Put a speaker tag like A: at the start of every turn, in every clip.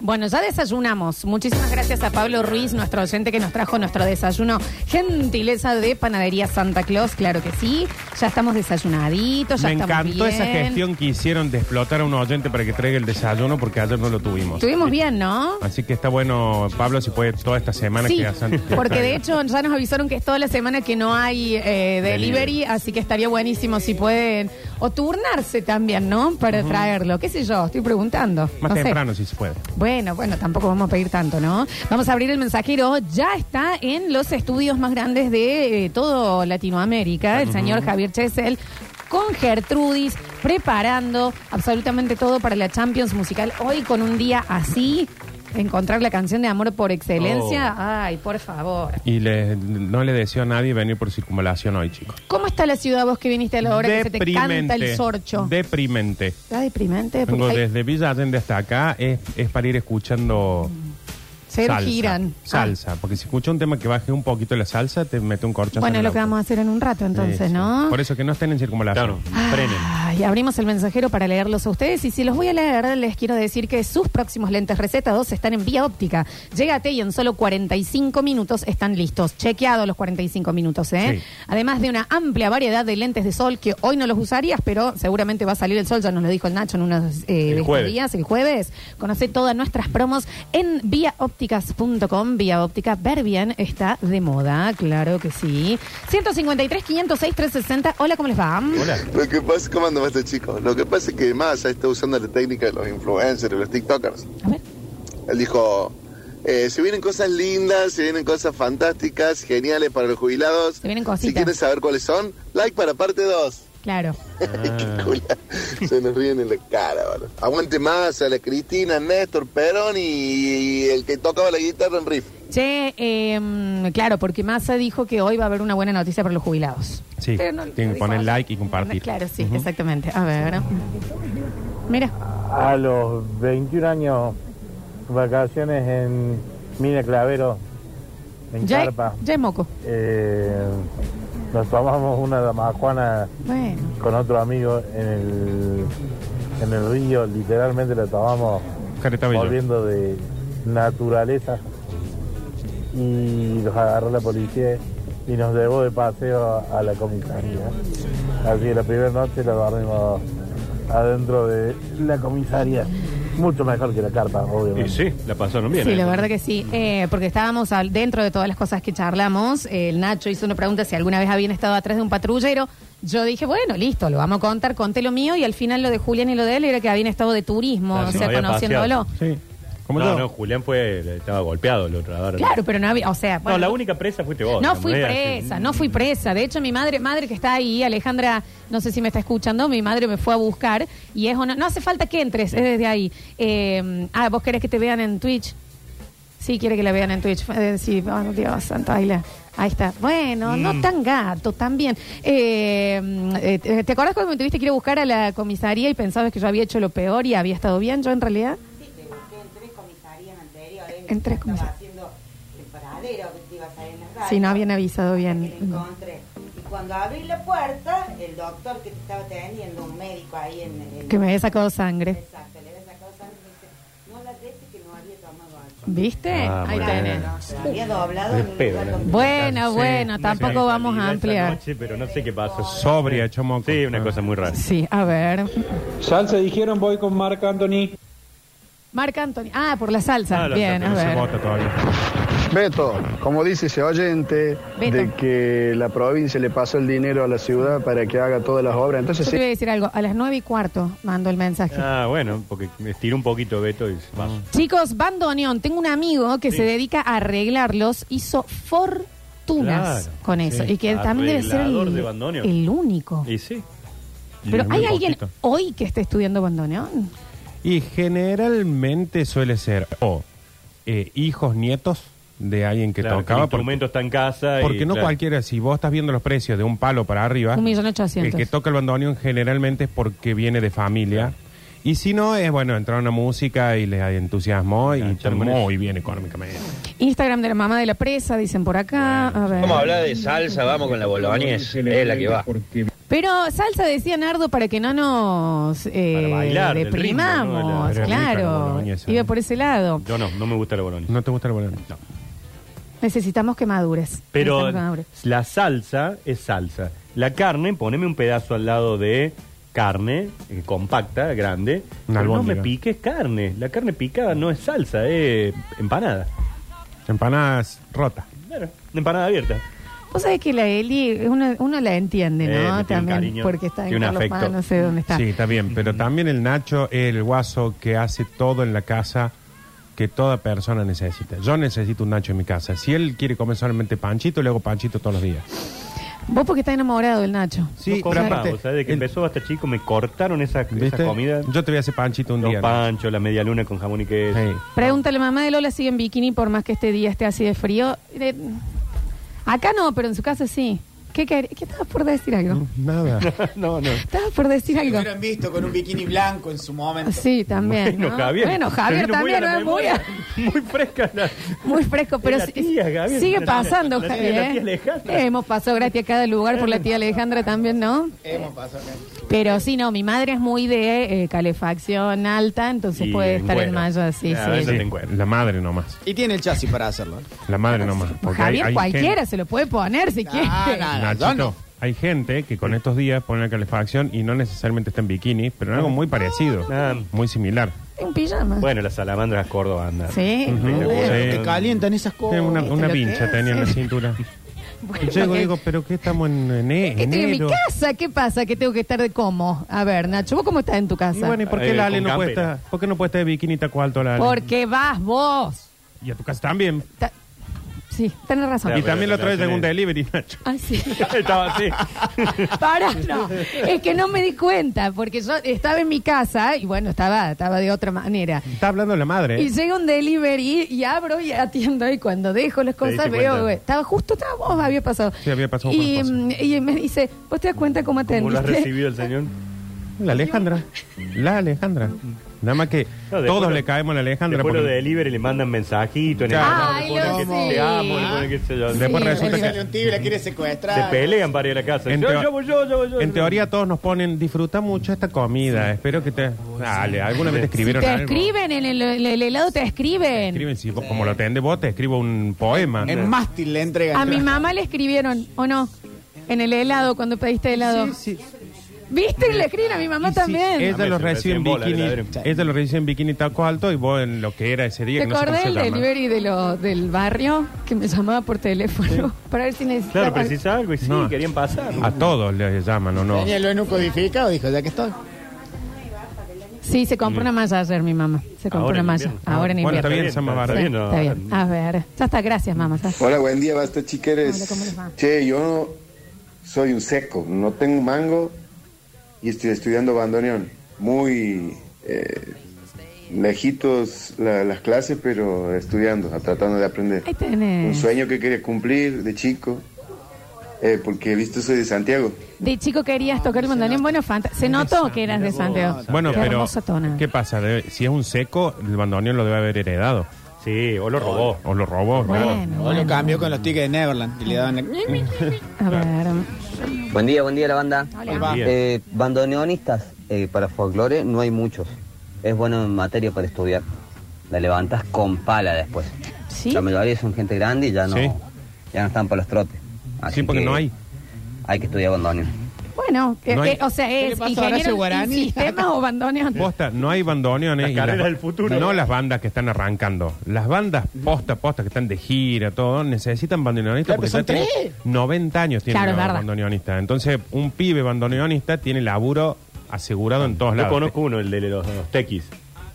A: Bueno, ya desayunamos. Muchísimas gracias a Pablo Ruiz, nuestro oyente que nos trajo nuestro desayuno. Gentileza de Panadería Santa Claus, claro que sí. Ya estamos desayunaditos, ya
B: Me
A: estamos
B: encantó esa
A: bien.
B: gestión que hicieron de explotar a un oyente para que traiga el desayuno porque ayer no lo tuvimos.
A: Estuvimos bien, ¿no?
B: Así que está bueno, Pablo, si puede toda esta semana
A: Sí,
B: que hagan- que
A: porque de hecho
B: traigan.
A: ya nos avisaron que es toda la semana que no hay eh, delivery,
B: Delivery.
A: así que estaría buenísimo si pueden, o turnarse también, ¿no? Para traerlo, qué sé yo, estoy preguntando.
B: Más
A: no sé.
B: temprano, si se puede.
A: Bueno, bueno, tampoco vamos a pedir tanto, ¿no? Vamos a abrir el mensajero. Ya está en los estudios más grandes de eh, todo Latinoamérica, el señor Javier Chesel, con Gertrudis, preparando absolutamente todo para la Champions Musical. Hoy con un día así, encontrar la canción de amor por
B: Oh.
A: excelencia. Ay, por favor.
B: Y le- no le deseo a nadie venir por circunvalación hoy, chicos.
A: ¿Cómo está la ciudad vos que viniste a la hora que se te canta el sorcho?
B: Deprimente.
A: ¿Está deprimente? Porque
B: Vengo
A: hay-
B: desde Villa Allende hasta acá, es, es para ir escuchando
A: se
B: salsa.
A: giran. Ah,
B: Salsa, porque si escucha un tema que baje un poquito la salsa, te mete un corchazo en
A: Bueno, es
B: el
A: lo que
B: auto.
A: vamos a hacer en un rato entonces,
B: Sí, sí.
A: ¿no?
B: Por eso que no estén en circunvalación.
C: Claro, frenen.
A: Ay, Ah, abrimos el mensajero para leerlos a ustedes y si los voy a leer les quiero decir que sus próximos lentes receta 2 están en vía óptica. Llégate y en solo 45 minutos están listos. Chequeado los 45 minutos, ¿eh?
B: Sí.
A: Además de una amplia variedad de lentes de sol que hoy no los usarías, pero seguramente va a salir el sol, ya nos lo dijo el Nacho en unos eh, de estos
C: jueves.
A: días, el jueves. Conoce todas nuestras promos en viaópticas.com. Vía óptica, ver bien está de moda, claro que sí. 153, 506, 360. Hola, ¿cómo les va?
C: Hola.
D: Lo que pasa, ¿cómo andaba este chico? Lo que pasa es que Massa está usando la técnica de los influencers, de los TikTokers.
A: A ver.
D: Él dijo, eh, se vienen cosas lindas, se vienen cosas fantásticas, geniales para los jubilados.
A: Se vienen cositas.
D: Si quieren saber cuáles son, like para parte 2.
A: Claro.
D: se nos ríen en la cara, boludo. Aguante Massa, la Cristina, Néstor, Perón y, y el que tocaba la guitarra en riff.
A: Che, em, claro, porque Massa dijo que hoy va a haber una buena noticia para los jubilados.
B: Sí,
A: Pero no- no
B: tienen que
A: dijo
B: poner
A: nada.
B: like y compartir.
A: Claro, sí, exactamente. A ver. Mira,
E: A los 21 años, vacaciones en Mina Clavero, en
A: ya,
E: Carpa.
A: ya es moco.
E: Eh, nos tomamos una damajuana
A: Bueno,
E: con otro amigo en el, en el río, literalmente la tomamos
B: Careta Bello.
E: volviendo de naturaleza. Y nos agarró la policía y nos llevó de paseo a la comisaría. Así que la primera noche la dormimos adentro de la comisaría. Mucho mejor que la carpa, obviamente.
C: Y sí, la pasaron bien.
A: sí,
C: ¿eh?
A: la verdad que sí. Eh, porque estábamos al- dentro de todas las cosas que charlamos. El Nacho hizo una pregunta si alguna vez habían estado atrás de un patrullero. Yo dije, bueno, listo, lo vamos a contar, conté lo mío. Y al final lo de Julián y lo de él era que habían estado de turismo,
C: Ah,
A: o
C: sí,
A: sea,
C: había
A: conociéndolo.
B: Sí. Como
C: no,
B: yo.
C: no, Julián fue, estaba golpeado el otro. ahora.
A: Claro, pero no había, o sea,
C: No,
A: bueno,
C: la única presa fuiste vos.
A: No
C: digamos,
A: fui
C: ¿eh?
A: presa, no fui presa. De hecho, mi madre, madre que está ahí, Alejandra, no sé si me está escuchando, mi madre me fue a buscar y es una- no hace falta que entres, es desde ahí. Eh, ah, vos querés que te vean en Twitch. Sí, quiere que la vean en Twitch. Eh, sí, oh, Dios santo, ahí, la- ahí está. Bueno,
C: Mm.
A: no tan gato, tan bien. Eh, eh, ¿Te te acordás cuando me tuviste que ir a buscar a la comisaría y pensabas que yo había hecho lo peor y había estado bien yo en realidad?
F: Sí, te busqué Este, en tres comisarías anteriores.
A: En tres
F: Estaba
A: comisar-
F: haciendo el paradero que te ibas a ir en las
A: Sí, no
F: radios,
A: habían avisado
F: hasta
A: bien.
F: que la encontré. Y cuando abrí la puerta, el doctor que te estaba atendiendo, un médico ahí en el.
A: Que me había sacado sangre.
F: Exacto, le había sacado sangre y me dice: No la dejes que no había tomado alcohol.
A: ¿Viste?
C: Ah,
A: ahí
C: muy
A: tenés.
C: bien.
F: La había doblado.
C: Qué
F: en un
C: pedo,
F: lugar
C: ¿no?
F: complicado.
A: Bueno,
B: Sí,
A: bueno,
B: sí,
A: tampoco
B: sí.
A: vamos a
C: Esa
A: ampliar.
C: noche, pero no sé qué pasó.
B: Sobria, hecho moco.
C: Sí, una cosa muy rara.
A: Sí, a ver.
G: Salsa dijeron voy con Marc Anthony.
A: Marc Anthony. Ah, por la salsa.
C: Ah, la
A: Bien,
C: salsa,
A: a
B: No se
A: ver.
B: vota todavía.
H: Beto, como dice ese oyente,
A: Beto.
H: de que la provincia le pasó el dinero a la ciudad para que haga todas las obras, entonces
A: Yo te voy a decir algo. A las nueve y cuarto mando el mensaje.
C: Ah, bueno, porque me estiró un poquito Beto y vamos.
A: Chicos, bandoneón. Tengo un amigo que se dedica a arreglarlos. Hizo fortunas
C: Claro,
A: con eso.
C: sí.
A: Y que también debe ser
C: Arreglador
A: el,
C: de bandoneón.
A: el
B: Ah.
A: único.
C: Y sí.
A: Pero
B: es muy
A: ¿hay alguien
B: poquito.
A: hoy que esté estudiando bandoneón?
B: Y generalmente suele ser o eh, hijos, nietos de alguien que
C: claro,
B: tocaba.
C: el instrumento está en casa. y,
B: Porque no
C: claro. Ah,
B: cualquiera, si vos estás viendo los precios de un palo para arriba,
A: Un millón ochocientos.
B: el que toca el bandoneón generalmente es porque viene de familia. Y si no, es bueno, entraron a música y les entusiasmó y está
C: Engancharon con eso.
B: muy bien económicamente.
A: Instagram de la mamá de la presa, dicen por acá. A ver.
I: Vamos a hablar de salsa, vamos con la boloñesa, es la que va.
A: Pero salsa decía Nardo para que no nos eh,
C: Para bailar, el
A: deprimamos,
C: ritmo, ¿no?
B: Era rica la
A: claro.
B: boloñesa,
A: Iba
B: ¿no?
A: por ese lado.
C: Yo no, no me gusta la boloñesa.
B: ¿No te gusta el volante? No.
A: Necesitamos que madures.
C: Pero
A: Necesitamos que madures.
C: la salsa es salsa. La carne, poneme un pedazo al lado de carne, eh, compacta, grande.
B: Una
C: Pero no me
B: albóndiga.
C: piques carne. La carne picada no es salsa, es empanada.
B: Empanadas rotas.
C: Claro, una empanada abierta.
A: Vos sabés que la Eli, uno, uno la entiende,
C: Eh,
A: ¿no?
C: me tiene
A: También,
C: cariño,
A: porque está en
C: tiene un
A: Carlos Paz,
C: afecto.
A: no sé dónde está. Mm.
B: Sí, está bien, pero también el Nacho es el guaso que hace todo en la casa que toda persona necesita. Yo necesito un Nacho en mi casa. Si él quiere comer solamente panchito, le hago panchito todos los días.
A: Vos porque estás enamorado del Nacho.
B: Sí,
C: no como
B: pero
C: más,
B: aparte,
C: o sea, Desde que
B: el-
C: empezó hasta chico me cortaron esa, esa
B: ¿Viste?
C: comida.
B: Yo te voy a hacer panchito un
C: Los
B: día. ¿no?
C: panchos, la media luna con jamón y queso.
B: Sí.
A: Pregúntale, mamá de Lola sigue en bikini por más que este día esté así de frío. Eh, acá no, pero en su casa sí. ¿Qué, quer- qué estabas por decir
C: Mm.
A: algo?
B: Nada.
C: no, no.
A: Estabas por decir
I: Lo
A: algo.
I: hubieran visto con un bikini blanco en su momento.
A: Sí, también.
C: Bueno,
A: ¿no?
C: Javier.
A: Bueno,
C: me
A: Javier
C: vino
A: también,
C: a la
A: ¿no? muy,
C: memoria. Muy fresca la.
A: muy fresco, pero
C: la
A: sí-
C: tía, Javier,
A: sigue
C: la tía-
A: pasando,
C: la tía-
A: Javier.
C: la tía Alejandra.
A: Eh, hemos pasado gracias a cada lugar por la tía Alejandra también, ¿no?
I: Hemos pasado acá.
A: Pero sí, no, mi madre es muy de eh, calefacción alta, entonces
C: Y
A: puede estar en
C: cuero.
A: mayo así,
C: Ah,
A: sí.
C: eso
B: Sí,
C: te encuentro.
B: la madre nomás.
I: Y tiene el chasis para hacerlo. ¿eh?
B: La madre nomás. porque hay-
A: Javier,
B: hay
A: cualquiera
B: gente-
A: se lo puede poner si
I: No,
A: quiere.
I: no, no.
B: Nachito,
I: yo no.
B: hay gente que con estos días pone la calefacción y no necesariamente está en bikini, pero en algo muy parecido,
C: no, no.
B: muy similar.
C: Ah.
A: En pijama.
C: Bueno, las salamandras cordobanas.
A: Sí.
B: Ujú.
I: Bueno,
B: Sí.
I: que calientan esas
B: Tiene
I: cosas.
B: una
A: ¿viste
B: una
A: lo que
B: pincha
A: es?
B: tenía en la cintura.
A: Bueno,
B: Y yo digo,
A: que-
B: digo, pero ¿qué estamos en ene-
A: Estoy en mi
B: enero?
A: casa, ¿qué pasa? ¿Que tengo que estar de cómo? A ver, Nacho, ¿vos cómo estás en tu
B: Y
A: casa?
B: bueno, ¿y por qué
C: Eh,
B: la Ale
C: con
B: no puede
C: campera.
B: estar? ¿Por qué no puede estar de bikini y taco alto la Ale?
A: Porque vas vos.
B: Y a tu casa también.
A: Ta- sí, tenés razón.
C: Ya,
B: Y
C: pero
B: también la otra
C: relaciones.
B: vez llegó un delivery, Nacho.
A: Ay, sí.
C: Estaba así.
A: Pará, no. Es que no me di cuenta, porque yo estaba en mi casa y bueno, estaba, estaba de otra manera.
B: Está hablando la madre. ¿eh?
A: Y llega un delivery y abro y atiendo y cuando dejo las cosas
C: diste
A: veo,
C: cuenta?
A: güey, estaba justo, estaba vos, había pasado.
B: Sí, había pasado por
A: Y,
B: cosas.
A: mm, y me dice, ¿vos te das cuenta cómo
C: ¿Cómo lo has
A: atendiste?
C: recibido el señor?
B: La Alejandra. La Alejandra. Nada más que
C: No, después
B: todos
C: lo-
B: le caemos a la Alejandra.
C: Después lo
B: porque-
C: de delivery le mandan mensajito. En el
B: Claro.
C: canal,
A: Ay,
C: le ponen
A: lo
C: que
A: sí.
C: te amo, le ponen que se yo.
A: Sí.
B: Después
I: Porque
B: resulta
I: sale
B: que
I: un tigre, quiere secuestrar.
C: Se pelean para ir a la casa.
B: En
C: Yo,
B: teo-
C: yo, voy, yo, yo, voy, yo.
B: en teoría todos nos ponen, disfruta mucho esta comida. Espero que te... Dale, alguna vez te
A: Si
B: escribieron
A: te
B: algo?
A: escriben, en el, en el helado te escriben.
B: Escriben, si vos- como lo atendés vos, te escribo un poema.
I: En mástil le entregan.
A: A mi mamá le escribieron, ¿o no? En el helado, cuando pediste helado.
B: Sí, sí.
A: ¿Viste? Le escriben a mi mamá
B: Y sí,
A: Ah, también.
B: Ella
C: También
B: lo
C: se
B: recibe en
C: reciben bola,
B: bikini.
C: heladero.
B: Ella lo recibe en bikini taco alto y vos en lo que era ese día.
A: ¿Te
B: que no sé cómo
A: acordás
B: se
A: del
B: llama.
A: delivery de lo, del barrio que me llamaba por teléfono para ver si necesitaba?
C: Claro, precisa algo y sí,
B: No.
C: querían pasar.
B: A todos le llaman, ¿o no?
I: Tenía lo en un codificado, dijo, ya que estoy.
A: Sí, se compró una malla ayer mi mamá. Se compró
C: Ahora
A: una
C: en
A: malla.
C: invierno.
A: Ahora en
B: Bueno,
A: invierno.
B: está bien, está más barato.
A: Sí,
C: no,
A: está bien. A ver. Ya está, gracias, mamá. ya está.
D: Hola, buen día, basta
A: Hola,
D: chiqueres.
A: ¿cómo les va?
D: Che, yo no soy un seco, no tengo mango y estoy estudiando bandoneón. Muy eh, lejitos la- las clases, pero estudiando, tratando de aprender.
A: Ahí
D: Un
A: tenés.
D: sueño que quería cumplir de chico, eh, porque visto soy de Santiago.
A: De chico querías tocar el bandoneón. Bueno, fanta- se notó que eras de Santiago.
B: Bueno,
A: Qué
B: pero
A: hermosa tona.
B: ¿qué pasa? Debe- si es un seco, el bandoneón lo debe haber heredado.
C: Sí, o lo robó.
B: O lo robó, claro.
A: Bueno,
I: O lo
A: bueno.
I: cambió con los tickets de Neverland y le daban la...
A: A ver.
J: Buen día, buen día la banda.
A: Hola.
C: Bien.
J: Eh, bandoneonistas eh, para folclore no hay muchos. Es bueno en materia para estudiar. La levantas con pala después.
A: Sí.
J: La mayoría son gente grande y ya no,
B: Sí.
J: ya no están para los trotes. Así
B: Sí, porque
J: que
B: no hay.
J: Hay que estudiar bandoneón.
A: Bueno, eh,
B: No hay-
A: eh, o sea,
I: le
A: es
I: pasó a Horacio
A: ingeniero en
I: Guarani?
A: sistemas o bandoneón.
B: Posta, no hay bandoneones.
C: Las
B: y
C: carreras del futuro.
B: No las bandas que están arrancando. Las bandas posta, posta, que están de gira, todo, necesitan bandoneonistas
I: Claro,
B: porque
I: pero
B: ya
I: son
B: tienen 90 años tiene
A: Claro,
B: un
A: es verdad.
B: bandoneonista. Entonces, un pibe bandoneonista tiene laburo asegurado en todos
C: Yo
B: lados.
C: conozco uno, el de los, los tequis.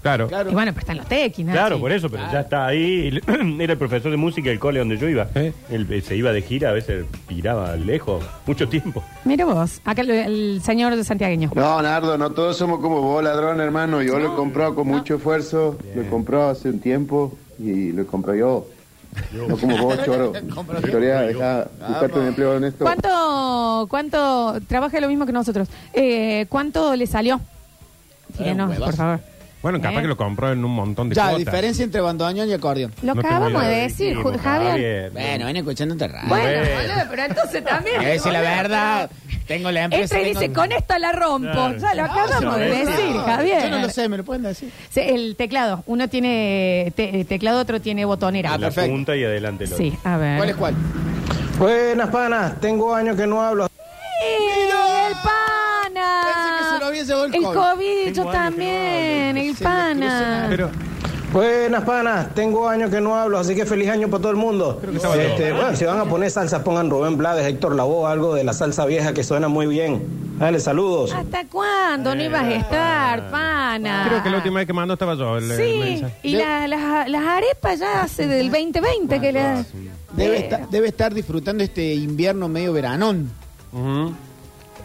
B: Claro.
A: Y bueno, pero están los tequis, Nachi.
C: Ah, Claro, por eso, pero ya está ahí. Era el profesor de música del cole donde yo iba.
B: ¿Eh?
C: Él eh, se iba de gira, a veces piraba lejos, mucho tiempo.
A: Mira vos, acá el, el señor de santiagueño.
D: No, Nardo, no todos somos como vos, ladrón, hermano. Yo lo he comprado con mucho esfuerzo, lo he comprado hace un tiempo y lo compré yo. No como vos, choro.
I: Compró
D: Victoria, deja buscarte un empleo honesto.
A: ¿Cuánto, cuánto, trabaja lo mismo que nosotros? Eh, ¿Cuánto le salió? Tírenos,
I: huevazo.
A: por favor.
B: Bueno, capaz
A: Eh.
B: que lo compró en un montón de
I: Ya,
B: cuotas.
I: diferencia entre bandoneón y acordeón.
A: Lo
B: No te
A: acabamos
B: voy a
A: de decir,
C: dijimos,
A: Ju- Javier.
I: Bueno, ven escuchándote raro.
A: Bueno,
C: Bueno.
A: boludo, pero entonces también.
I: Voy a decir la
A: boludo,
I: verdad. Tengo la
A: pero-
I: empresa.
A: Este dice,
I: tengo-
A: con esta la rompo.
C: Claro.
A: Ya lo
C: No,
A: acabamos
C: se
A: de
C: lo
I: No,
A: decir,
I: no,
A: Javier.
I: Yo no lo sé, me lo pueden decir.
A: Sí, el teclado. Uno tiene te- eh, teclado, otro tiene botonera.
I: Ah,
C: la
I: perfecto.
C: punta y adelante el otro.
A: Sí, a ver.
I: ¿Cuál es cuál?
G: Buenas panas, tengo años que no hablo.
A: ¡Eh, ¡El pana!
I: Pensé que se lo había llevado el
A: El
I: COVID.
A: COVID, yo
C: Tengo años que no
A: también.
C: hablo.
A: El
I: Se le
A: pana.
I: cruza.
B: Pero
G: Buenas panas, tengo años que no hablo, así que feliz año para todo el mundo.
B: estaba
G: Este,
B: todo.
G: bueno, si van a poner salsa, pongan Rubén Blades, Héctor Lavoe, algo de la salsa vieja que suena muy bien. Dale, saludos.
A: ¿Hasta cuándo no ibas a estar, pana?
B: creo que la última vez que mandó estaba yo. el- el
A: Ah. Sí,
B: mensaje.
A: y la- las- las arepas ya hace del 2020 que le.
I: Debe,
A: Eh,
I: estar, debe estar disfrutando este invierno medio veranón.
B: Ujú.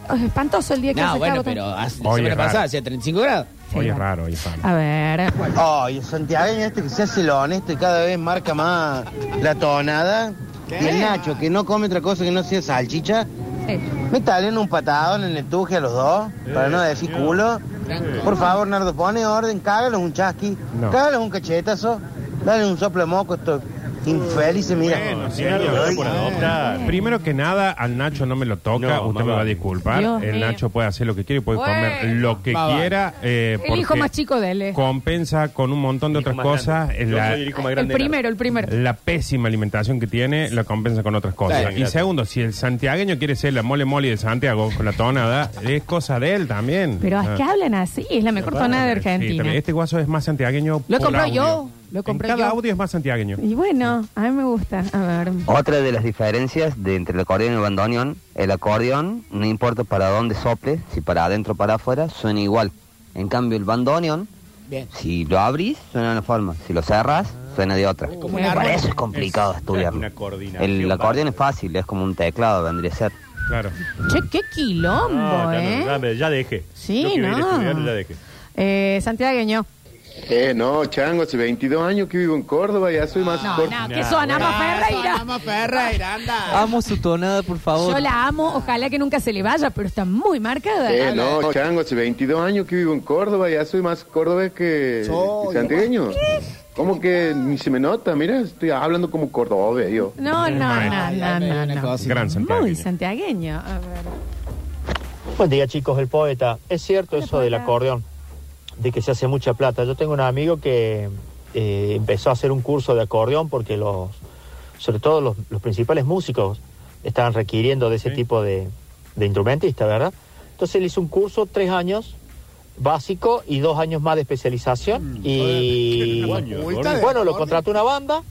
A: oh, Espantoso el día que
I: No,
A: se
I: bueno,
A: acabó.
I: pero hace- la
B: Hoy
I: semana
B: es raro.
I: pasada hacía 35 grados.
B: Hoy es raro, hoy es raro.
A: A ver.
K: Ay, el santiagueño este que se hace lo honesto y cada vez marca más la tonada.
I: ¿Qué?
K: Y el Nacho, que no come otra cosa que no sea salchicha.
A: Sí.
K: Métale un patadón en el tuje a los dos, para no decir culo. Por favor, Nardo, pone orden, cágalos un chasqui,
B: No.
K: cágalos un cachetazo, dale un soplo de moco, estos infelices, mira.
B: Bueno, sí,
C: Leonardo,
B: Ay,
C: está por adoptar.
B: Primero que nada, al Nacho no me lo toca,
C: No,
B: usted
C: más
B: me va a
C: vale.
B: disculpar.
A: Dios
B: el
A: mío.
B: Nacho puede hacer lo que quiere y puede
A: Bueno,
B: comer lo que
I: más vale.
B: quiera. eh,
A: El hijo
B: porque
A: más chico de él. eh.
B: Compensa con un montón de
C: Hijo
B: otras
C: más
B: cosas.
C: grande.
B: eh,
C: Yo
B: la-
C: soy el hijo más
A: El
C: grande.
A: primero, el primero.
B: la pésima alimentación que tiene la compensa con otras cosas.
I: Sí,
B: y
C: claro.
B: segundo, si el santiagueño quiere ser la mole mole de Santiago con la tonada, es cosa de él también.
A: Pero es
B: Ah.
A: que hablan así, es la mejor tonada de
B: Sí,
A: Argentina.
B: también. este guaso es más santiagueño.
A: Lo he
B: por
A: comprado
B: audio.
A: yo, lo he
B: En
A: comprado
B: cada
A: yo.
B: audio es más santiagueño.
A: Y bueno, a mí me gusta. A ver.
J: Otra de las diferencias de entre el acordeón y el bandoneón, el acordeón, no importa para dónde sople, si para adentro o para afuera, suena igual. En cambio, el bandoneón,
I: Bien.
J: si lo abrís, suena de una forma. Si lo cerrás, suena de otra.
I: como
J: Por
I: un árbol.
J: eso es complicado
C: Es
J: estudiarlo.
C: una coordinación
J: El acordeón
C: bárbara.
J: es fácil, es como un teclado, vendría a ser.
B: Claro.
A: Che, qué quilombo,
C: Ah, ya,
A: ¿eh?
C: no, ya, me- ya dejé.
A: Sí,
C: Yo que iba a ir a
A: no.
C: estudiar, ya dejé.
A: Eh, Santiagueño.
D: Eh, no, chango, hace 22 años que vivo en Córdoba, ya soy más
A: No,
D: corto.
A: no, que
C: Nah,
A: son Ama
I: Ah,
A: Ferreira.
I: Ama Ferreira, anda.
K: Amo su tonada, por
A: Yo la amo, ojalá que nunca se le vaya, pero está muy marcada.
L: Ah,
D: Eh, no, chango, hace 22 años que vivo en Córdoba, ya soy más cordobés que
I: Soy.
D: que santiagueño. ¿Cómo que ni se me nota? Mira, estoy hablando como cordobés yo.
A: No, no, no,
I: Ay,
A: no,
I: ay,
A: no,
I: ay, una
A: no.
I: cosa.
B: Gran santiagueño.
A: Muy santiagueño. A ver.
K: Buen día, chicos, el poeta. Es cierto
A: Hola, eso del poeta.
K: acordeón, de que se hace mucha plata. Yo tengo un amigo que eh, empezó a hacer un curso de acordeón porque los, sobre todo los, principales músicos estaban requiriendo de ese tipo de, instrumentista, ¿verdad? Entonces él hizo un curso, tres años básico y dos años más de especialización y
C: Coño,
I: Multa de-
K: bueno, lo contrató una banda,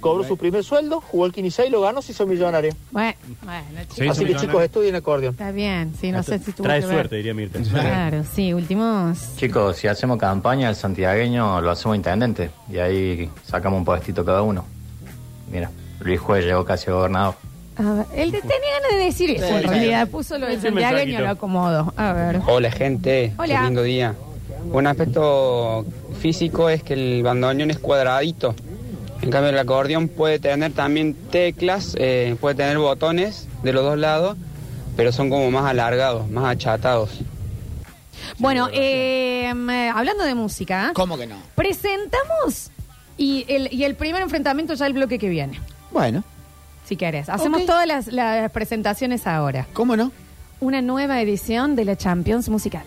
K: cobró su primer sueldo, jugó el 15 y lo ganó, se hizo millonario.
A: Bueno, bueno, chicos.
B: hizo
K: Así que
B: millonario.
K: chicos, estudien acordeón.
A: Está bien, sí, no sé si tuvo
C: Trae
A: que ver.
C: suerte, diría Mirta.
A: Claro, sí, últimos.
K: Chicos, si hacemos campaña, el santiagueño lo hacemos intendente y ahí sacamos un puestito cada uno. Mira, Luis Juez llegó casi gobernador.
A: A ver, él te- tenía ganas de decir eso,
I: Sí,
A: en
I: sí.
A: realidad. Puso lo del
C: Ese
A: santiagueño,
C: mensajito.
A: lo acomodo. A ver.
K: Hola gente,
A: Hola. lindo
K: día. Un aspecto físico es que el bandoneón es cuadradito. En cambio el acordeón puede tener también teclas, eh, puede tener botones de los dos lados, pero son como más alargados, más achatados.
A: Bueno, eh, eh, hablando de música,
I: ¿Cómo que no?
A: presentamos y el, y el primer enfrentamiento ya el bloque que viene,
I: Bueno,
A: si querés. Hacemos
I: Ok.
A: todas las, las presentaciones ahora.
I: ¿cómo no?
A: Una nueva edición de la Champions Musical.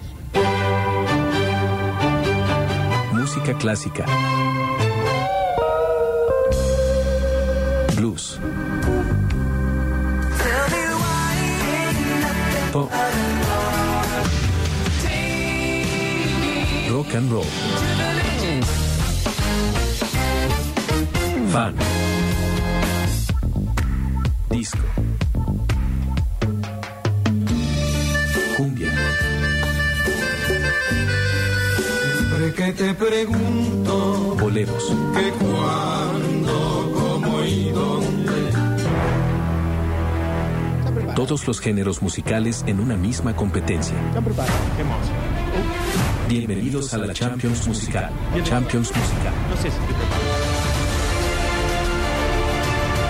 M: Música clásica. Blues. Pop. Rock and roll. Funk. Disco. Cumbia. Boleros. Todos los géneros musicales en una misma competencia.
B: Qué emoción.
M: Bienvenidos a la Champions Musical. Champions Musical.
B: No sé si te preparas.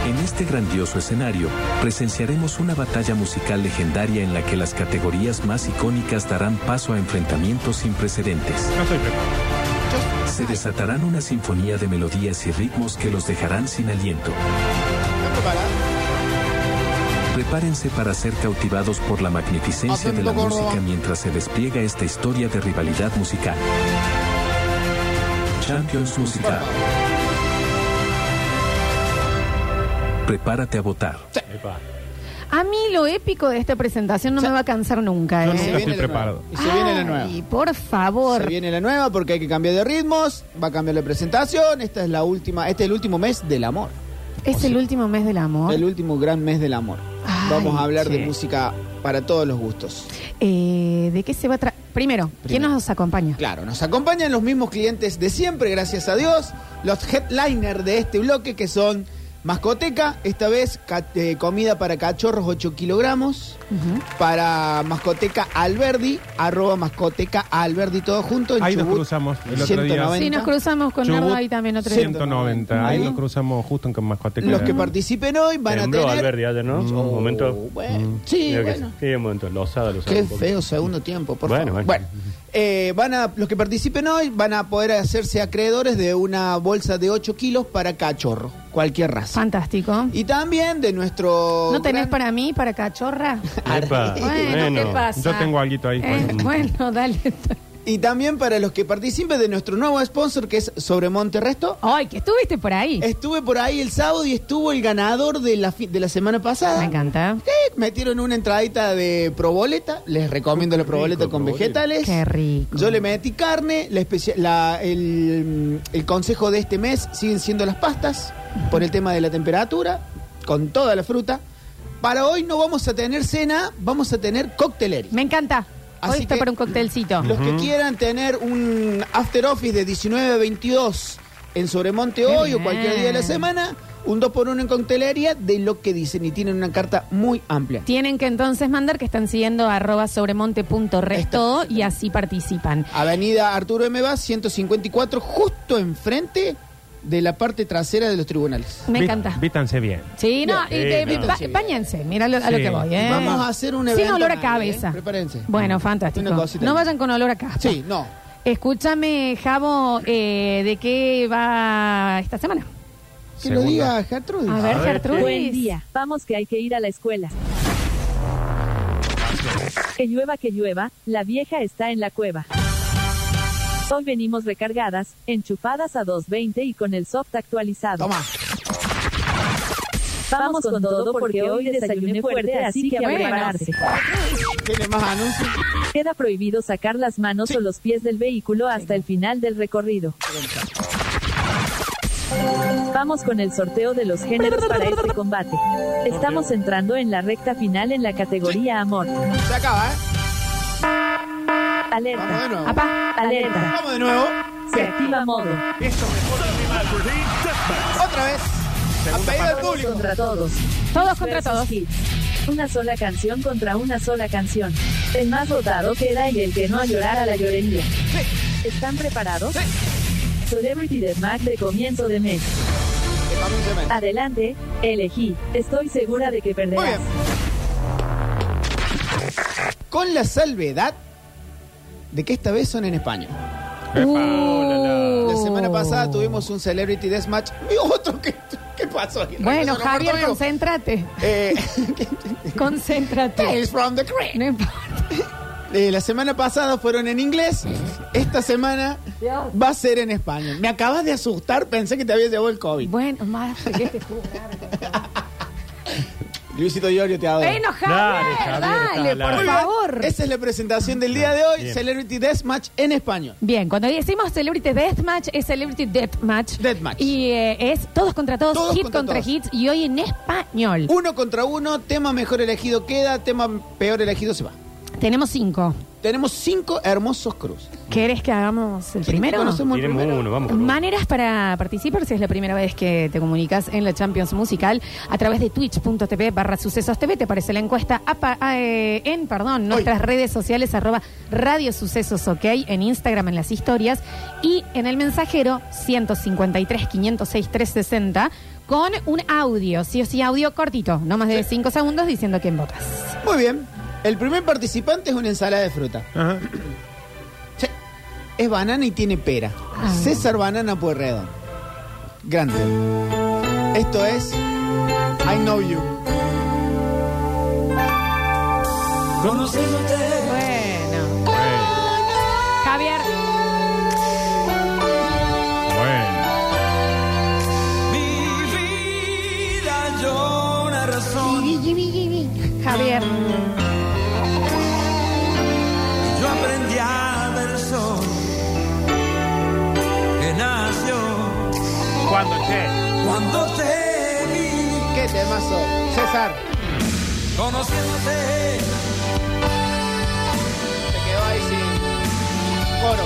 M: En este grandioso escenario, presenciaremos una batalla musical legendaria en la que las categorías más icónicas darán paso a enfrentamientos sin precedentes.
B: No estoy preparado.
M: se desatarán una sinfonía de melodías y ritmos que los dejarán sin aliento. Prepárense para ser cautivados por la magnificencia de la
I: Atento, Córdoba.
M: música mientras se despliega esta historia de rivalidad musical. Champions Musical. Prepárate a votar.
A: A mí lo épico de esta presentación no me va a cansar nunca.
I: Yo
A: ¿eh?
I: nunca Se viene estoy la preparado. nueva. Y se viene la nueva.
A: Y por favor.
I: Se viene la nueva porque hay que cambiar de ritmos, va a cambiar la presentación, esta es la última, este es el último mes del amor.
A: Es el último mes del amor.
I: El último gran mes del amor. Vamos a hablar
A: che.
I: de música para todos los gustos.
A: Eh, ¿De qué se va a tra- Primero, ¿quién
I: Primero.
A: nos acompaña?
I: Claro, nos acompañan los mismos clientes de siempre, gracias a Dios. Los headliners de este bloque que son Mascoteca, esta vez ca- eh, comida para cachorros 8 kilogramos. Para Mascoteca Alberdi, arroba Mascoteca Alberdi, todo junto. En
B: Ahí nos
I: Chubut,
B: cruzamos el otro día.
I: 190.
A: Sí, nos cruzamos con
B: Chubut,
A: Nardo ahí también otro día.
B: 190. Ahí nos cruzamos justo en Camascoteca.
I: Los que participen hoy van a
C: Tembló
I: tener... Mm. Oh,
C: Alberti ayer, ¿no? un momento.
I: Bueno, sí,
C: Creo que
I: bueno.
C: Sí, un momento. Lozada, lozada.
I: Qué
C: un poco.
I: feo segundo tiempo, por
C: Bueno,
I: favor.
C: bueno.
I: Bueno, eh, van a, los que participen hoy van a poder hacerse acreedores de una bolsa de 8 kilos para cachorro, cualquier raza.
A: Fantástico.
I: Y también de nuestro...
A: ¿No tenés para mí, para cachorra?
B: Epa,
A: Bueno, ¿qué pasa?
B: Yo tengo alguito ahí. pues.
A: Eh, bueno, dale.
I: Y también para los que participen de nuestro nuevo sponsor que es Sobremonte Resto.
A: Ay, que estuviste por ahí.
I: Estuve por ahí el sábado y estuvo el ganador de la, fi- de la semana pasada.
A: Me encanta.
I: Eh, metieron una entradita de proboleta. Les recomiendo la proboleta con vegetales.
A: Qué rico.
I: Yo le metí carne, la especia- la- el, el consejo de este mes siguen siendo las pastas, por el tema de la temperatura, con toda la fruta. Para hoy no vamos a tener cena, vamos a tener coctelería.
A: Me encanta. Hoy
I: Así
A: está
I: que-
A: para un coctelcito.
I: Los que quieran tener un after office de 19 a 22 en Sobremonte
A: Qué
I: hoy
A: bien.
I: o cualquier día de la semana, un 2x1 en coctelería de lo que dicen y tienen una carta muy amplia.
A: Tienen que entonces mandar que están siguiendo arroba sobremonte.resto y así participan.
I: Avenida Arturo M. Vaz, 154, justo enfrente de la parte trasera de los tribunales.
A: Me encanta.
B: Vítanse bien.
A: Sí, no,
B: Sí,
A: y de-
B: no.
A: ba- bañense, mira lo- a lo
B: Sí.
A: que voy, ¿eh?
I: Vamos a hacer un
A: Sin
I: evento.
A: olor a
I: Mari,
A: cabeza.
I: ¿eh? Prepárense.
A: Bueno, fantástico.
I: Una cosita.
A: No vayan con olor a capa.
I: Sí, no.
A: Escúchame, Javo, eh, ¿de qué va esta semana?
I: Que lo
A: Segunda.
I: diga Gertrudis.
A: A ver, A ver, Gertrudis.
N: Buen día. Vamos que hay que ir a la escuela. Que llueva, que llueva, la vieja está en la cueva. Hoy venimos recargadas, enchufadas a 220 y con el soft actualizado. Vamos con todo porque hoy desayuné fuerte, así que a
I: Bueno.
N: prepararse.
I: Tiene más anuncios.
N: Queda prohibido sacar las manos o los pies del vehículo hasta el final del recorrido. Vamos con el sorteo de los géneros para este combate. Estamos entrando en la recta final en la categoría amor.
I: Se acaba, ¿eh?
N: Alerta.
A: Apá.
N: Alerta.
I: Vamos de nuevo.
N: Se activa modo.
I: Otra vez. A pedido del
N: Todos
I: público.
N: contra todos.
A: Todos contra
N: Versus
A: todos.
N: hits. Una sola canción contra una sola canción. El más votado queda y el que no a llorar a la llorería. ¿Están preparados? Celebrity Deathmatch de comienzo de mes. Adelante, elegí. Estoy segura de que perderás.
I: Con la salvedad de que esta vez son en español.
A: Uh.
I: La semana
A: Oh.
I: pasada tuvimos un Celebrity Deathmatch y otro que... ¿Qué pasó? aquí?
A: Bueno,
I: Regresaron
A: Javier,
I: muertos
A: concéntrate.
I: Eh,
A: concéntrate.
I: Tales from the Crypt.
A: No importa.
I: vivos. Eh, la semana pasada fueron en inglés, esta semana va a ser en español. Me acabas de asustar, pensé que te habías llevado el COVID.
A: Bueno, más este que te juro.
I: Luisito Iorio te adoro.
A: Bueno, Javier, Dale, Javier, dale, está al por aire. favor.
I: Esa es la presentación del día de hoy,
A: Bien.
I: Celebrity Deathmatch en español.
A: Bien, cuando decimos Celebrity Deathmatch, es Celebrity Deathmatch. Deathmatch. Y eh, es todos contra todos,
I: Todos
A: hit
I: contra
A: contra,
I: todos.
A: hits, y hoy en español.
I: Uno contra uno, tema mejor elegido queda, tema peor elegido se va.
A: Tenemos cinco.
I: Tenemos cinco hermosos cruces.
A: ¿Querés que hagamos el primero?
C: Tiremos uno, vamos. con uno.
A: Maneras para participar si es la primera vez que te comunicas en la Champions Musical a través de twitch.tv barra sucesos TV. Te aparece la encuesta apa- ah, eh, en perdón, nuestras redes sociales arroba radio sucesos ok, en Instagram en las historias y en el mensajero 153 506 360 con un audio, sí o sí audio cortito, no más de 5 segundos diciendo quién votas.
I: Muy bien. El primer participante es una ensalada de fruta. Sí. es banana y tiene pera. César Banana Pueyrredón. Grande. Esto es I Know You.
A: Bueno. Javier.
B: Bueno.
A: Javier.
O: Yo aprendí a ver el sol que nació.
B: Cuando te.
O: Cuando te vi.
I: ¿Qué temazo? César.
O: Conociéndote.
I: Te quedó ahí sin coro.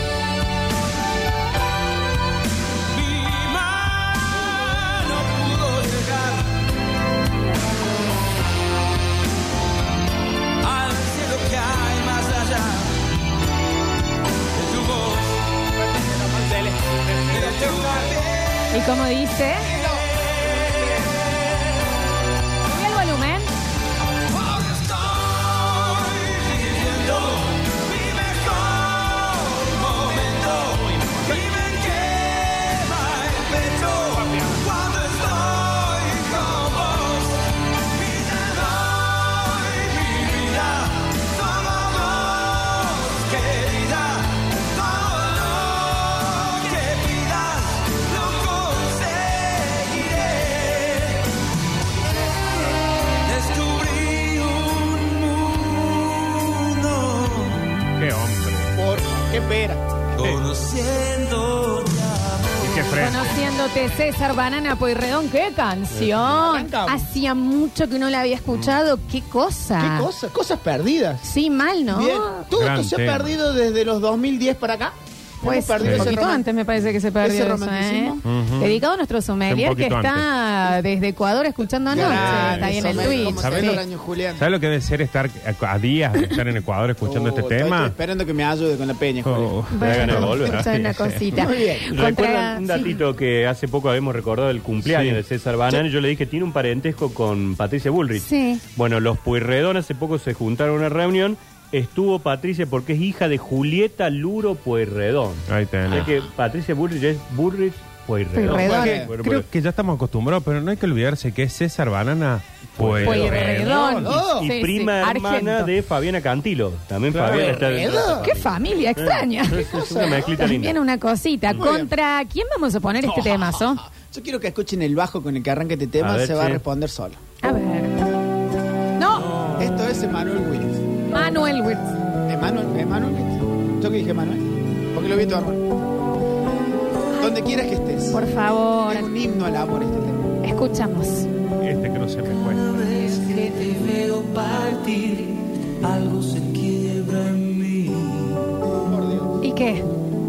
O: No pudo llegar al cielo que hay más allá de tu voz. De tu jardín.
A: ¿Y cómo dice? Subí el volumen.
O: Hoy estoy viviendo mi mejor momento y me quema el pecho cuando estoy con vos y te doy mi vida, todo vos querida, todo lo que pidas lo conseguiré. Descubrí un mundo
B: Qué hombre.
I: Por qué pera.
O: conociendo
B: Y qué fresco.
A: Conociéndote, César Banana Pueyrredón, qué canción. Hacía mucho que no la había escuchado, qué cosa.
I: ¿Qué cosas? Cosas perdidas.
A: Sí, mal, Ah. ¿no?
I: Bien. Todo
B: Gran
I: esto se ha
B: tema.
I: perdido desde los 2010 para acá.
A: Pues
I: Hemos perdido
A: un
I: ese
A: poquito
I: roman-
A: antes me parece que se perdió
I: ese
A: eso,
I: romanticismo.
A: ¿eh?
B: Ujú.
A: Dedicado a nuestro
B: Un
A: sommelier que
B: poquito
A: está desde Ecuador escuchándonos.
I: Grande,
A: Está ahí en el
I: sommelier,
A: Twitch.
I: como
A: sí.
I: César Año Julián.
B: ¿Sabes lo que debe ser estar a, a días de estar en Ecuador escuchando
I: Oh,
B: este
I: estoy- estoy
B: tema?
I: esperando que me ayude con la peña, Julián.
C: Me
B: Oh,
C: da ganas de
A: Bueno,
C: volver. ¿eh?
A: escucha una cosita.
I: Muy bien.
A: Contra-
C: Recuerdan un
A: sí.
C: datito que hace poco habíamos recordado el cumpleaños
B: Sí.
C: de César Banán y yo le dije tiene un parentesco con Patricia Bullrich.
A: Sí.
C: Bueno, los Pueyrredón hace poco se juntaron a una reunión. Estuvo Patricia porque es hija de Julieta Luro Pueyrredón.
B: Ahí
C: O
B: tenés.
C: sea que Patricia Bullrich es Bullrich Pueyrredón.
A: Pueyrredón.
C: Bueno, bueno,
B: Creo que ya estamos acostumbrados, pero no hay que olvidarse que es César Banana
A: Pueyrredón.
I: Oh.
C: y
A: Sí,
C: prima
A: sí,
C: hermana
A: Argento.
C: de Fabiana Cantilo. También
B: Claro.
C: Fabiana está
A: ¡Qué familia extraña!
C: Es- es una mezclita
A: También
C: linda.
A: una cosita.
I: Muy bien.
A: ¿Contra quién vamos a poner este temazo?
I: Yo quiero que escuchen el bajo con el que arranca este tema,
C: A ver,
I: se va a
C: sí.
I: responder solo.
A: A ver. ¡No!
I: Esto es Emanuel Williams.
A: Manuel Wirtz.
I: Emanuel, Emanuel Williams. Yo que dije Manuel, porque lo vi tu hermano. Donde quieras que estés.
A: Por favor,
I: Es un himno al amor este tema.
A: escuchamos.
B: Este que no se me cuesta.
O: vez que te veo partir, algo se quiebra en mí
I: Por Dios.
A: ¿Y qué?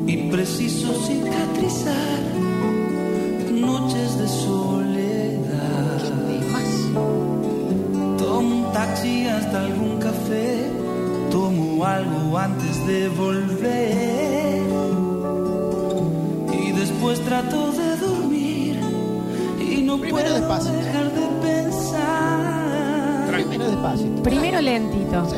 O: y preciso cicatrizar noches de soledad.
I: Más.
O: Tomo un taxi hasta algún café, tomo algo antes de volver y después trato de dormir y no
I: Primero
O: puedo
I: despacito.
O: dejar de pensar.
I: Primero despacito.
A: Primero lentito.
I: Sí.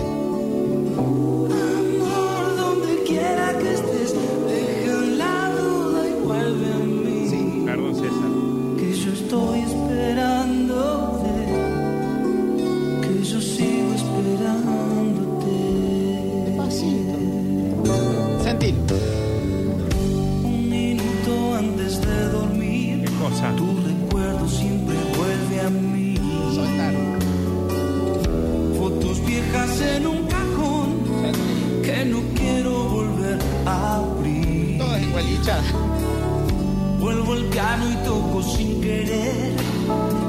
O: Amor, donde quiera que estés, deja la duda y vuelve a mí.
B: Perdón, César.
O: Que yo estoy esperándote, que yo sigo esperándote.
I: Despacito. Sentilo.
O: Un minuto antes de dormir,
B: Qué cosa.
O: tu recuerdo siempre vuelve a mí.
I: Soltar.
O: Fotos viejas en un cajón
I: Sentilo.
O: que no quiero volver a abrir.
I: Todas igualitas.
O: Vuelvo al piano y toco sin querer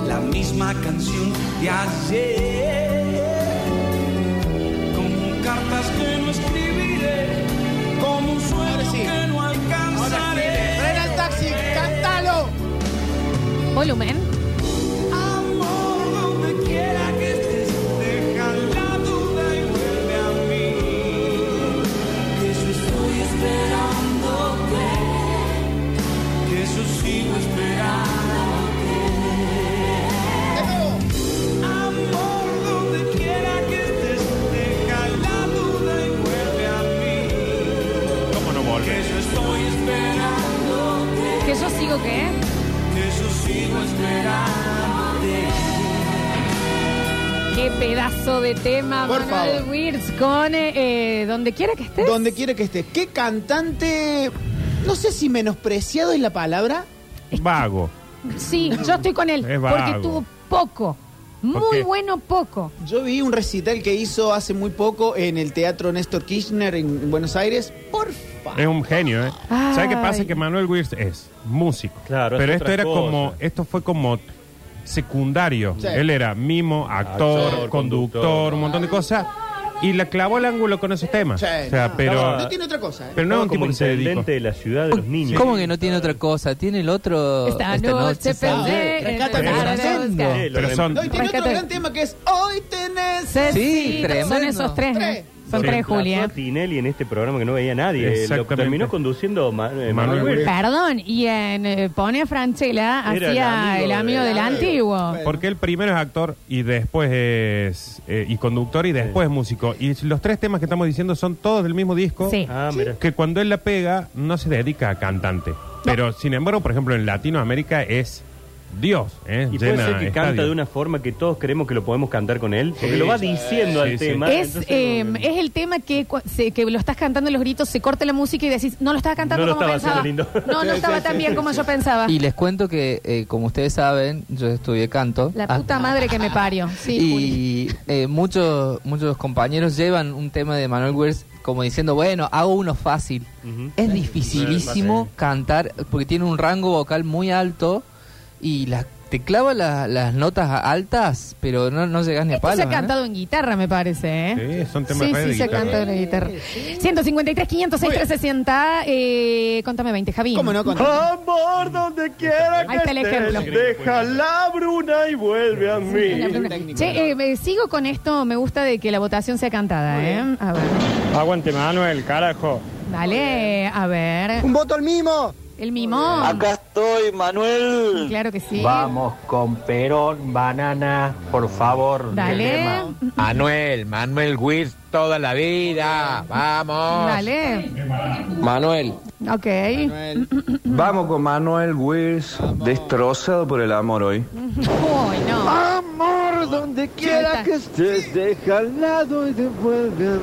O: la misma canción de ayer. Como cartas que no escribiré, como un
I: Ahora
O: sueño
I: sí.
O: que no alcanzaré.
I: Frena el taxi, cántalo.
A: Volumen.
O: Amor, donde quiera que estés, deja la duda y vuelve a mí. Que yo estoy esperándote, que yo sigo esperándote.
I: De nuevo.
O: Amor, donde quiera que estés, deja la duda y vuelve a mí.
B: ¿Cómo no volver?
O: Que yo estoy
A: Qué pedazo de tema,
I: Por
A: Manuel
I: favor.
A: Wirtz, con eh, eh, donde quiera que estés.
I: Donde quiera que estés. ¿Qué cantante? No sé si menospreciado es la palabra.
B: Vago.
A: Sí, yo estoy con él.
I: Es vago.
A: porque tuvo poco. Muy
I: Porque-
A: bueno, poco.
I: Yo vi un recital que hizo hace muy poco en el Teatro Néstor Kirchner en Buenos Aires. Por
B: Es un genio, ¿eh?
I: Ay.
B: ¿Sabes qué pasa? Que Manuel Wirtz es músico.
C: Claro,
B: Pero
C: es
B: esto
C: otra
B: era
C: cosa.
B: como, esto fue como secundario.
C: Sí.
B: Él era mimo, actor,
C: Actor,
B: conductor,
C: conductor.
B: un montón de cosas. Y la clavó el ángulo con esos temas. o sea, pero.
I: No tiene otra cosa. ¿eh?
B: Pero no es un tipo
C: como
B: que se dedica.
C: intendente de la ciudad de los niños.
P: ¿Cómo que no tiene otra cosa? Tiene el otro.
I: Esta
A: noche
P: Oh, saldré.
I: pensé en Rescata el el corazón. corazón.
P: Sí, lo
B: Pero son-
I: No, y tiene otro
A: Rescate.
I: gran tema que es Hoy tenés.
A: Sí, son esos tres. ¿eh? Son tres,
C: Reemplazó
A: Julián.
C: a Tinelli en este programa que no veía nadie. Eh, Lo
B: Exactamente.
C: terminó conduciendo Ma- eh, Manuel Wilson.
A: Perdón, y en eh, Pone a Franchella
B: Era el
A: hacía
B: amigo
A: el amigo
B: de-
A: del antiguo.
B: Porque él primero es actor y después es eh, y conductor y después es músico. Y los tres temas que estamos diciendo son todos del mismo disco.
A: Sí.
C: Ah, mira.
B: Que cuando él la pega no se dedica a cantante. Pero sin embargo, por ejemplo, en Latinoamérica es Dios. ¿eh?
C: Y puede
B: Llena
C: ser que canta
B: estadios.
C: de una forma que todos creemos que lo podemos cantar con él, porque
B: Sí.
C: lo va diciendo
B: Sí,
C: al
B: sí.
C: tema.
A: Es,
C: entonces
A: eh, es el tema que, cua- se- que lo estás cantando en los gritos, se corta la música y decís, no lo estaba cantando
P: No lo
A: como
P: estaba
A: pensaba.
P: haciendo lindo.
A: No, no
P: Sí,
A: estaba
P: sí,
A: tan
P: sí,
A: bien
P: sí,
A: como
P: sí.
A: yo pensaba.
P: Y les cuento que, eh, como ustedes saben, yo estudié canto.
A: La
P: Ah,
A: puta madre que me parió. Sí, Juli.
P: y eh, muchos, muchos compañeros llevan un tema de Manuel Wirtz como diciendo, bueno, hago uno fácil. Es dificilísimo cantar porque tiene un rango vocal muy alto y la- te clava la- las notas a- altas, pero no, no llegas ni a
A: Esto
P: palo.
A: Este se ha cantado en guitarra, me parece, ¿eh?
B: Sí, son temas
A: Sí,
B: re de
A: sí, se ha
B: guitarra.
A: cantado en guitarra. 153, 506, 360, eh, contame 20, Javín.
C: ¿Cómo no? Contame. Amor, donde quiera
A: Ahí está el ejemplo.
C: Deja la bruna y vuelve a
A: La primera.
C: mí.
A: Che, eh, me- sigo con esto, me gusta de que la votación sea cantada, ¿eh? A ver,
Q: Aguante Manuel, carajo.
A: dale, a ver.
L: Un voto al mimo.
A: El mimón.
Q: estoy, Manuel.
A: Claro que sí.
Q: Vamos con Perón, banana, por favor.
A: Dale,
Q: Manuel, Manuel Wirth toda la vida. Vamos.
A: dale.
Q: Manuel.
A: Ok.
R: Vamos con Manuel Wills, destrozado por el amor hoy.
A: Uy, no.
L: Amor, donde quiera que estés, deja al lado y devuelve. a mí.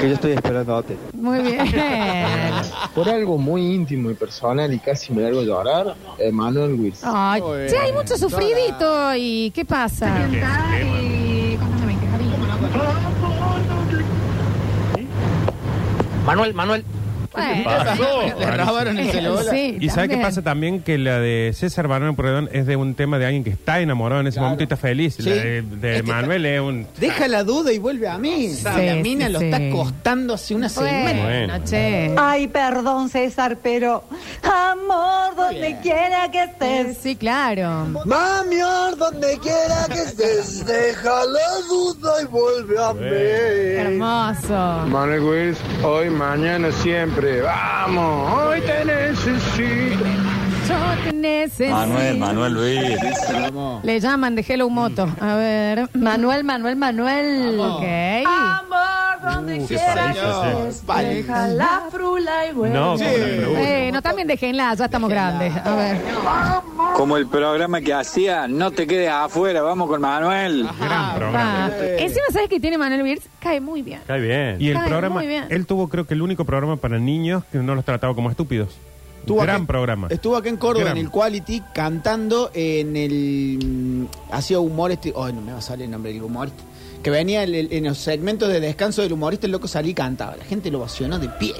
L: Que yo estoy esperándote.
A: Muy bien.
L: Por algo muy íntimo y personal y casi me largo a llorar, eh, Manuel Wills.
A: Ay,
L: Muy
A: che,
L: bien.
A: hay mucho sufridito y ¿qué pasa?
Q: Manuel, Manuel.
A: Bueno,
Q: pasó?
A: sí, pero-
B: Rarísimo.
A: Eh, sí,
B: y sabe qué
A: también.
B: pasa también que la de César Manuel Perdón es de un tema de alguien que está enamorado en ese momento y está feliz. La de, de Manuel es un
I: Deja la duda y vuelve a mí. la mina
B: sí,
I: lo
B: sí.
I: está costando hace una semana.
B: Bueno,
S: Ay, perdón, César, pero amor, donde quiera que estés.
A: Sí, claro.
L: Mami, or, donde quiera que estés, deja la duda y vuelve a mí.
A: Hermoso.
L: Manuel Wills, hoy, mañana, siempre. Vamos, hoy te necesito.
A: Yo te necesito.
L: Manuel Luis.
A: Le llaman de Hello Moto. A ver. Manuel, Manuel, Manuel. Ok.
S: Amor, donde
A: Uh, qué
S: quiera
A: paliza,
S: que
A: sí.
S: estés.
A: Paliza.
S: Deja la frula y vuelve.
B: No, Sí. como la pregunta.
A: Eh, no, también déjenla, ya estamos grandes. A ver.
T: Como el programa que hacía, no te quedes afuera, vamos con Manuel.
B: gran programa.
A: Ah, Va. Encima, ¿sabes que tiene Manuel Birz? Cae muy bien.
B: Está bien. Y el
A: Está
B: programa,
A: muy bien.
B: él tuvo creo que el único programa para niños que no los trataba como estúpidos.
I: Estuvo
B: Gran
I: acá-
B: programa.
I: Estuvo acá en Córdoba
B: Gran.
I: en el Quality cantando en el. mm, Hacía humor este. Ay, no me va a salir el nombre del humorista. Que venía el- el- en los segmentos de descanso del humorista, el loco salía y cantaba. La gente lo vacionó de pie.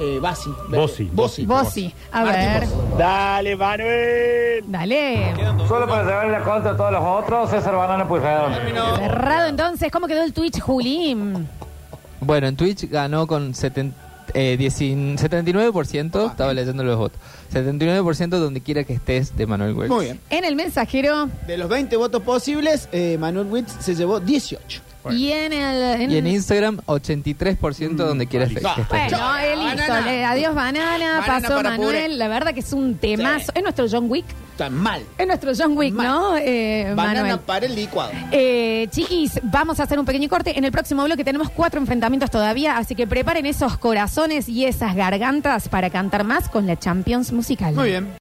I: Eh, Basi.
C: Bossi.
I: Bossi.
A: Bossi. A
I: Martín
A: ver.
Q: Dale, Manuel.
A: Dale.
Q: Solo para llevarle la contra a todos los otros, César Banana Puigredón.
A: Cerrado entonces. ¿Cómo quedó el Twitch, Julim?
P: Bueno, en Twitch ganó con 70, eh, 19 79%,
I: Ah,
P: estaba leyendo los votos. 79% donde quiera que estés de Manuel Wirtz.
I: Muy bien.
A: En el mensajero.
I: De los 20 votos posibles, eh, Manuel Witz se llevó 18.
A: Y en el.
P: Y en Instagram, 83% donde
I: Mm,
P: quiera que
A: Bueno,
P: estés.
A: él hizo.
I: Banana.
A: le- Adiós, banana.
I: Banana
A: Pasó
I: para
A: Manuel.
I: puré.
A: La verdad que es un temazo. Es nuestro John Wick.
I: Tan mal.
A: Es nuestro John Wick, ¿no? Eh,
I: Banana
A: Manuel.
I: para el licuado.
A: Eh, chiquis, vamos a hacer un pequeño corte. En el próximo bloque tenemos cuatro enfrentamientos todavía, así que preparen esos corazones y esas gargantas para cantar más con la Champions Musical.
I: Muy bien.